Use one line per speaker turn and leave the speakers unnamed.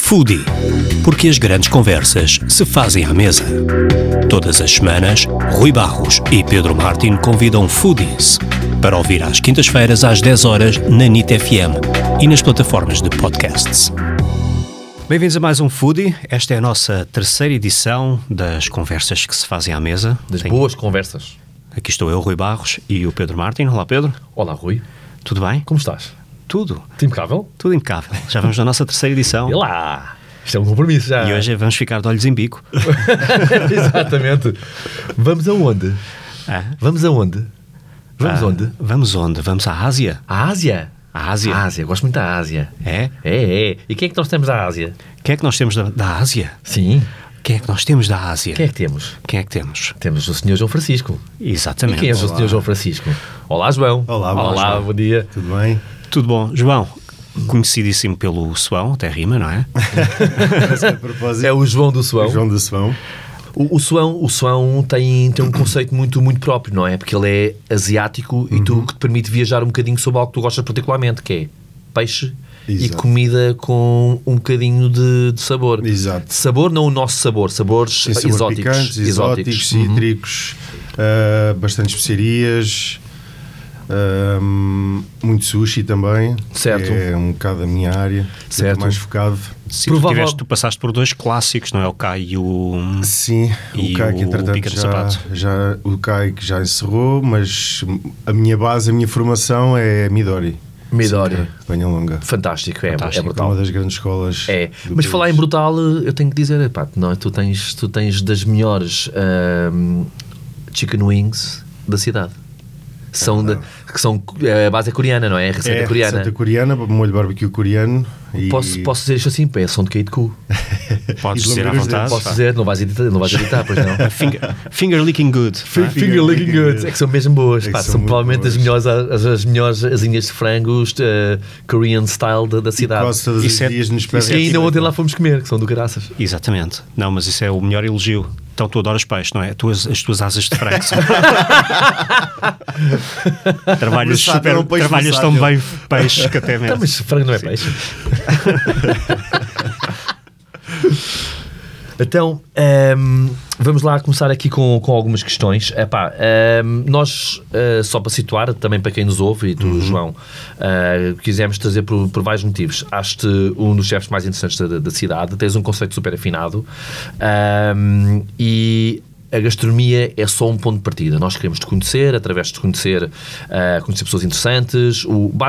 Foodie, porque as grandes conversas se fazem à mesa. Todas as semanas, Rui Barros e Pedro Martin convidam foodies para ouvir às quintas-feiras às 10 horas na NIT FM e nas plataformas de podcasts. Bem-vindos a mais um Foodie. Esta é a nossa terceira edição das conversas que se fazem à mesa.
Das
Tenho-
boas conversas.
Aqui estou eu, Rui Barros, e o Pedro Martin. Olá, Pedro.
Olá, Rui.
Tudo bem?
Como estás?
Tudo.
Te impecável?
Tudo impecável. Já vamos na nossa terceira edição.
E lá! Isto é um compromisso já.
E hoje vamos ficar de olhos em bico.
Exatamente. Vamos aonde?
Ah,
Vamos aonde? Vamos
ah,
onde? Ah.
Vamos onde? Vamos à Ásia.
À Ásia?
À Ásia.
À Ásia. Gosto muito da Ásia.
É?
É, é. E quem é que nós temos da Ásia?
Quem é que nós temos da, da Ásia?
Sim.
Quem é que nós temos da Ásia?
Quem é que temos?
Quem é que temos?
Temos o Sr. João Francisco.
Exatamente.
Quem é o Sr. João Francisco? Olá, João.
Olá, bom
Olá,
João.
bom dia.
Tudo bem?
Tudo bom? João, conhecidíssimo pelo suão, até rima, não é?
Mas a propósito,
É o João do Suão.
João do Semão.
O, o Suão, o Suão tem, tem um conceito muito, muito próprio, não é? Porque ele é asiático e
Uhum.
tu que te permite viajar um bocadinho sobre algo que tu gostas particularmente, que é peixe e
Exato.
comida com um bocadinho de, de sabor.
Exato.
De sabor, não o nosso sabor, sabores
Tem sabor
exóticos. Uhum.
picantes, exóticos, cítricos, ah, bastante especiarias, ahm, muito sushi também. que
Certo.
É um bocado a minha área. que eu estou
Certo.
Mais focado.
Se tu,
Provável-
tiveste, tu passaste por dois clássicos, não é? O Kai e o...
Sim,
E
o CAI
o
que entretanto
pica de
já,
sapato.
já, o CAI que já encerrou, mas a minha base, a minha formação é Midori.
Midori.
Banha longa.
Fantástico, é,
Fantástico.
é brutal.
Uma das grandes escolas.
É, mas
do país.
falar em brutal, eu tenho que dizer, epá, não, é, tu, tens, tu tens das melhores ahm, chicken wings da cidade. São de, que são eh, a base é coreana, não é? A receita
Ah. é,
coreana.
Receita coreana, molho barbecue coreano. E
Posso, posso dizer isto assim? Pá, são de cair de cu.
Podes
E
dizer à
lembrar os dentes.
vontade.
Posso
pá.
dizer, não vais editar, não vais editar pois não.
Finger, finger licking good. não é?
Finger, licking good. É que são mesmo boas.
É que
pá,
são
são
muito
provavelmente as melhores,
boas.
as, as melhores asinhas de frangos eh, Korean style da, da cidade.
Quase todos os
Isso é-
dias nos
isso é
E
pedem.
ainda ontem lá fomos comer, que são do graças.
Exatamente. Não, mas isso é o melhor elogio. Então tu adoras peixe, não é? Tu, as, as tuas asas de frango são- trabalhas
Versátil,
super,
é um peixe
trabalhas tão
versátil.
bem peixe que até
Tá,
mesmo.
mas frango não é peixe. então, ahm, vamos lá começar aqui com, com algumas questões. Epá, ahm, nós, ah, só para situar, também para quem nos ouve e tu, João, ah, quisemos trazer por, por vários motivos. Acho-te um dos chefes mais interessantes da, da cidade, tens um conceito super afinado ahm, e a gastronomia é só um ponto de partida. Nós queremos te conhecer, através de te conhecer, ah, conhecer pessoas eh, interessantes. O,